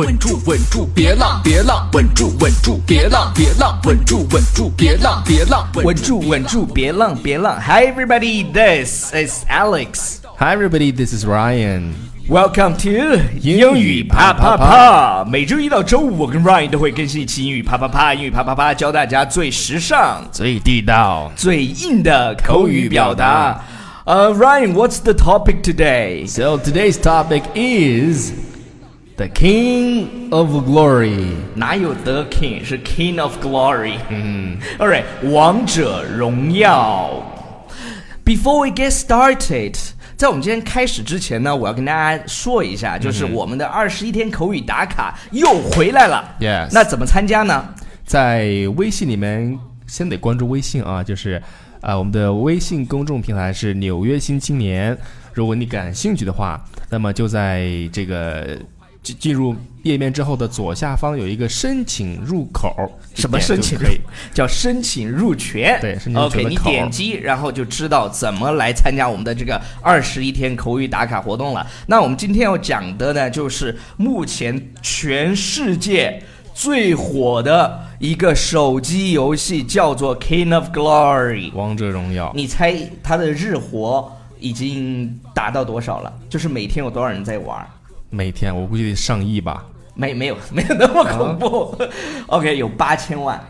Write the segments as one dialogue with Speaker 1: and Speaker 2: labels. Speaker 1: 稳住，稳住，别浪，别浪，稳住，稳住，别浪，别浪，稳住，稳住，别浪，别浪，
Speaker 2: 稳住，稳住，别浪，别浪。Hi everybody, this is Alex.
Speaker 3: Hi everybody, this is Ryan.
Speaker 2: Welcome to
Speaker 3: 英
Speaker 2: 英
Speaker 3: 语
Speaker 2: 语
Speaker 3: 啪
Speaker 2: 啪啪
Speaker 3: 啪啪
Speaker 2: 啪。每周一到周五，我跟 Ryan 都会更新一期英语啪啪啪。英语啪啪啪，教大家最时尚、
Speaker 3: 最地道。
Speaker 2: 最硬的口语表达。呃、r y a n what's the topic today?
Speaker 3: So today's topic is the King of Glory.
Speaker 2: 哪有 the king 是 King of Glory？嗯，All right，王者荣耀。Before we get started，在我们今天开始之前呢，我要跟大家说一下，就是我们的二十一天口语打卡又回来了。
Speaker 3: Yes
Speaker 2: 那怎么参加呢？
Speaker 3: 在微信里面，先得关注微信啊，就是啊、呃我们的微信公众平台是《纽约新青年》。如果你感兴趣的话，那么就在这个进进入页面之后的左下方有一个申请入口，
Speaker 2: 什么
Speaker 3: 点就
Speaker 2: 申请
Speaker 3: 可以？
Speaker 2: 叫申请入群。
Speaker 3: 对申请入
Speaker 2: OK，
Speaker 3: 群的
Speaker 2: 你
Speaker 3: 口
Speaker 2: 点击，然后就知道怎么来参加我们的这个二十一天口语打卡活动了。那我们今天要讲的呢，就是目前全世界最火的一个手机游戏，叫做《King of Glory》。
Speaker 3: 王者荣耀
Speaker 2: 你猜它的日活已经达到多少了？就是每天有多少人在玩？
Speaker 3: 每天我估计得上亿吧。
Speaker 2: 没没有 没有那么恐怖。OK，有 八千万，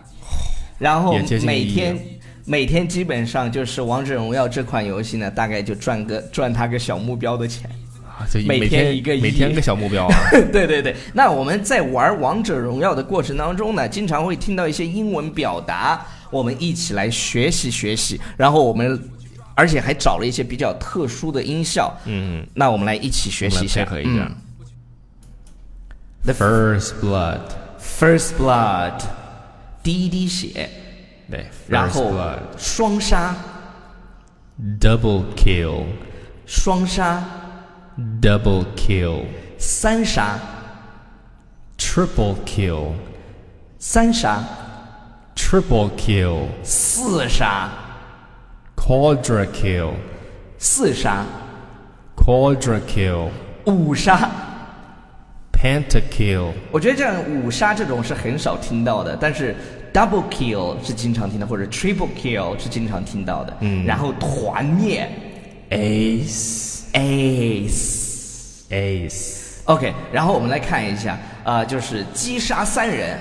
Speaker 2: 然后
Speaker 3: 啊也接近
Speaker 2: 每
Speaker 3: 一亿
Speaker 2: 天
Speaker 3: 了
Speaker 2: 每天基本上就是《王者荣耀》这款游戏呢，大概就赚个赚他个小目标的钱。
Speaker 3: 啊就
Speaker 2: 每
Speaker 3: 每
Speaker 2: 天一个亿
Speaker 3: 每天一个小目标啊。
Speaker 2: 对对对，那我们在玩《王者荣耀》的过程当中呢，经常会听到一些英文表达，我们一起来学习学习，然后我们。而且还找了一些比较特殊的音效，
Speaker 3: 嗯，
Speaker 2: 那我们来一起学习一下，
Speaker 3: 我们来配合一下
Speaker 2: 嗯 The
Speaker 3: First blood，
Speaker 2: first blood，第一滴血，
Speaker 3: 对，
Speaker 2: 然
Speaker 3: First
Speaker 2: 后
Speaker 3: blood
Speaker 2: 双杀，
Speaker 3: double kill，double
Speaker 2: 双杀，三杀，
Speaker 3: kill，triple kill，triple
Speaker 2: 三杀，
Speaker 3: kill，quadra
Speaker 2: 四杀，
Speaker 3: kill，quadra
Speaker 2: 四杀，
Speaker 3: kill，pentakill，
Speaker 2: 五杀。我觉得这样五杀这种是很少听到的，但是 double kill 是经常听到，或者 triple kill 是经常听到的。嗯，然后团灭
Speaker 3: ace
Speaker 2: ace。
Speaker 3: ace
Speaker 2: OK，然后我们来看一下，呃，就是击杀三人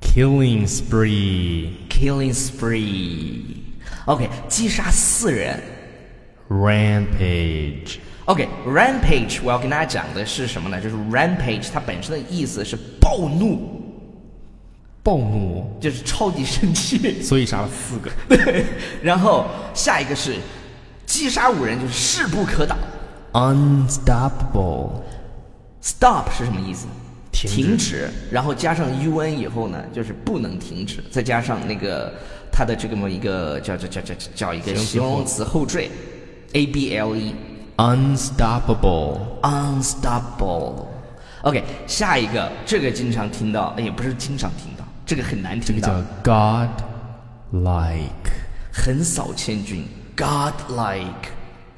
Speaker 3: killing spree
Speaker 2: killing spree。OK，击杀四人。
Speaker 3: rampage
Speaker 2: OK，rampage，、我要跟大家讲的是什么呢？就是 rampage 它本身的意思是暴怒，
Speaker 3: 暴怒，
Speaker 2: 就是超级生气。
Speaker 3: 所以杀了四个
Speaker 2: 对，然后下一个是击杀五人，就是势不可挡。
Speaker 3: unstoppable
Speaker 2: Stop 是什么意思？
Speaker 3: 停止
Speaker 2: 止然后加上 un 以后呢，就是不能停止，再加上那个它的这个么一个叫叫叫叫叫一个形容词后缀，a b l e
Speaker 3: unstoppable。
Speaker 2: unstoppable。OK，下一个这个经常听到，哎也不是经常听到，这个很难听到，
Speaker 3: 叫 God like
Speaker 2: 横扫千军，godlike。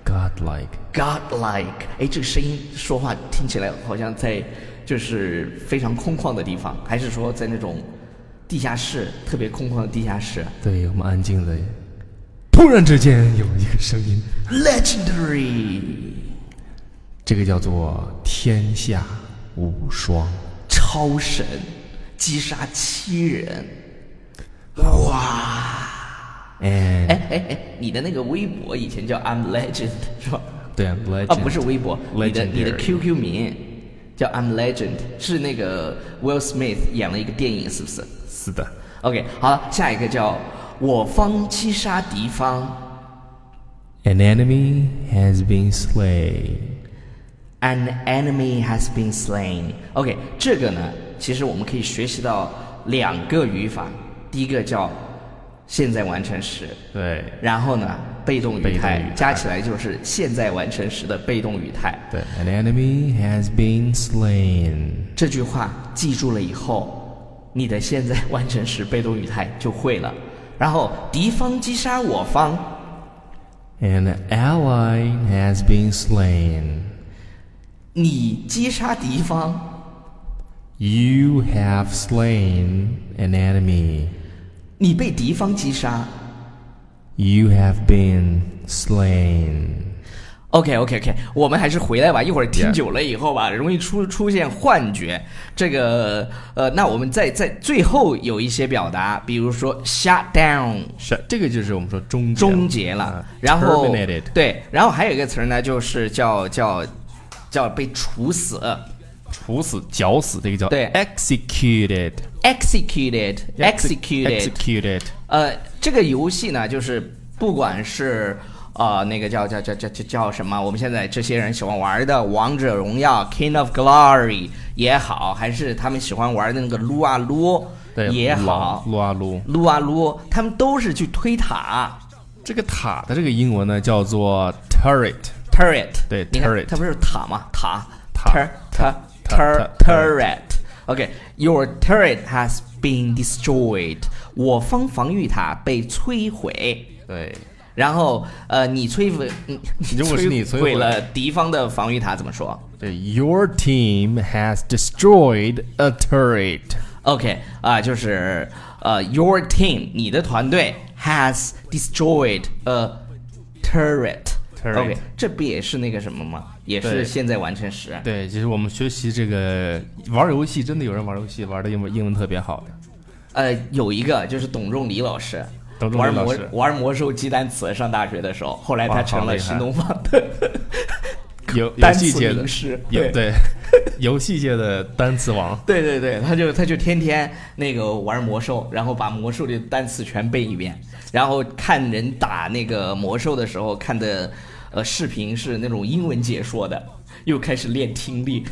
Speaker 3: God like
Speaker 2: Godlike，哎，这个声音说话听起来好像在就是非常空旷的地方，还是说在那种地下室特别空旷的地下室
Speaker 3: 对我们安静的，突然之间有一个声音，
Speaker 2: ？Legendary，
Speaker 3: 这个叫做天下无双。
Speaker 2: 超神，击杀七人。
Speaker 3: And
Speaker 2: 哎哎哎，你的那个微博以前叫 I'm Legend 是吧？
Speaker 3: 对啊，legend
Speaker 2: 啊，不是微博，你的你的
Speaker 3: Legendary
Speaker 2: QQ 名叫 I'm Legend，是那个 Will Smith 演了一个电影，是不是？
Speaker 3: 是的
Speaker 2: OK，好了，下一个叫我方击杀敌方
Speaker 3: ，An enemy has been slain。
Speaker 2: ，An enemy has been slain。OK，这个呢，其实我们可以学习到两个语法，第一个叫现在完成时，
Speaker 3: 对
Speaker 2: 然后呢，被动语
Speaker 3: 被动
Speaker 2: 态
Speaker 3: 语态
Speaker 2: 加起来就是现在完成时的被动语态。
Speaker 3: 对，An enemy has been slain。
Speaker 2: 这句话记住了以后，你的现在完成时被动语态就会了。然后敌方击杀我方，
Speaker 3: An ally has been slain。
Speaker 2: 你击杀敌方，
Speaker 3: You have slain an enemy.
Speaker 2: 你被敌方击杀。
Speaker 3: You have been slain.
Speaker 2: OK OK OK，我们还是回来吧，一会儿听
Speaker 3: Yeah
Speaker 2: 久了以后吧，容易出出现幻觉。这个呃，那我们再在最后有一些表达，比如说 shut down
Speaker 3: 是，这个就是我们说终结啊
Speaker 2: 终结了，然后
Speaker 3: terminated
Speaker 2: 对，然后还有一个词儿呢，就是叫叫叫被处死
Speaker 3: 处死、绞死，这个叫
Speaker 2: 对
Speaker 3: executed
Speaker 2: ，executed executed
Speaker 3: executed
Speaker 2: 呃，这个游戏呢，就是不管是呃那个叫叫叫叫叫叫什么，我们现在这些人喜欢玩的《王者荣耀》（King of Glory） 也好，还是他们喜欢玩的那个撸啊撸
Speaker 3: 对
Speaker 2: 也
Speaker 3: 撸啊
Speaker 2: 好，
Speaker 3: 撸啊撸。
Speaker 2: 撸啊撸，他们都是去推塔
Speaker 3: 这个塔的这个英文呢叫做 turret。
Speaker 2: （turret）。
Speaker 3: 对
Speaker 2: 你看
Speaker 3: turret
Speaker 2: 它不是塔吗？塔
Speaker 3: 塔
Speaker 2: tur tur
Speaker 3: 塔
Speaker 2: tur
Speaker 3: 塔
Speaker 2: turret。OK，your turret has been destroyed。我方防御塔被摧毁。
Speaker 3: 对，
Speaker 2: 然后呃，你摧毁，你
Speaker 3: 如果是你
Speaker 2: 摧
Speaker 3: 摧毁
Speaker 2: 了敌方的防御塔，怎么说
Speaker 3: 对，Your team has destroyed a turret。
Speaker 2: ？OK 啊、就是呃，your team，你的团队 has destroyed a turret。
Speaker 3: Turret
Speaker 2: OK，这不也是那个什么吗？也是
Speaker 3: 对
Speaker 2: 现在完成时。
Speaker 3: 对，其实我们学习这个玩游戏，真的有人玩游戏玩的英文英文特别好的。
Speaker 2: 呃，有一个就是董仲礼老师。
Speaker 3: 董仲
Speaker 2: 玩
Speaker 3: 礼老
Speaker 2: 魔
Speaker 3: 师
Speaker 2: 玩魔兽记单词，上大学的时候，后来
Speaker 3: 哇
Speaker 2: 他
Speaker 3: 好
Speaker 2: 成了
Speaker 3: 厉害
Speaker 2: 新东方 的
Speaker 3: 游游
Speaker 2: 单
Speaker 3: 戏
Speaker 2: 词
Speaker 3: 界
Speaker 2: 名
Speaker 3: 的
Speaker 2: 师。
Speaker 3: 游对 游戏界的单词王。
Speaker 2: 对对对，他就他就天天那个玩魔兽，然后把魔兽的单词全背一遍，然后看人打那个魔兽的时候看的呃视频是那种英文解说的，又开始练听力。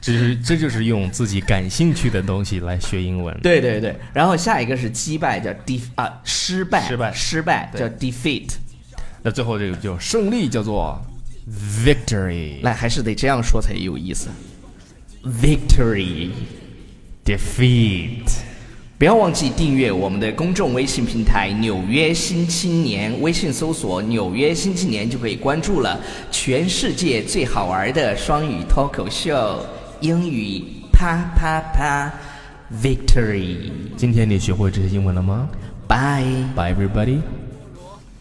Speaker 3: 这是这就是用自己感兴趣的东西来学英文。
Speaker 2: 对对对，然后下一个是击败，叫 def 啊失败
Speaker 3: 失败
Speaker 2: 失败叫
Speaker 3: 对
Speaker 2: defeat，
Speaker 3: 那最后这个就胜利叫做 victory
Speaker 2: 来还是得这样说才有意思。Victory。
Speaker 3: defeat。
Speaker 2: 不要忘记订阅我们的公众微信平台《纽约新青年》，微信搜索“纽约新青年”就可以关注了。全世界最好玩的双语脱口秀，英语啪啪啪，Victory，Bye。
Speaker 3: 今天你学会这些英文了吗
Speaker 2: Bye
Speaker 3: ？Bye everybody。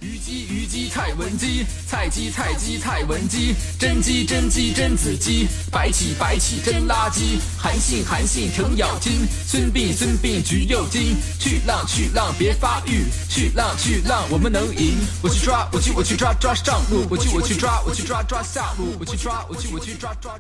Speaker 1: 虞姬虞姬蔡文姬，蔡姬蔡姬蔡文姬，真姬真姬真子姬，白起白起真垃圾，韩信韩信程咬金，孙膑孙膑橘右京，去浪去浪别发育，去浪去浪我们能赢，我去抓我去我去抓抓上路，我去我去抓我去抓抓下路，我去抓我去我去抓抓。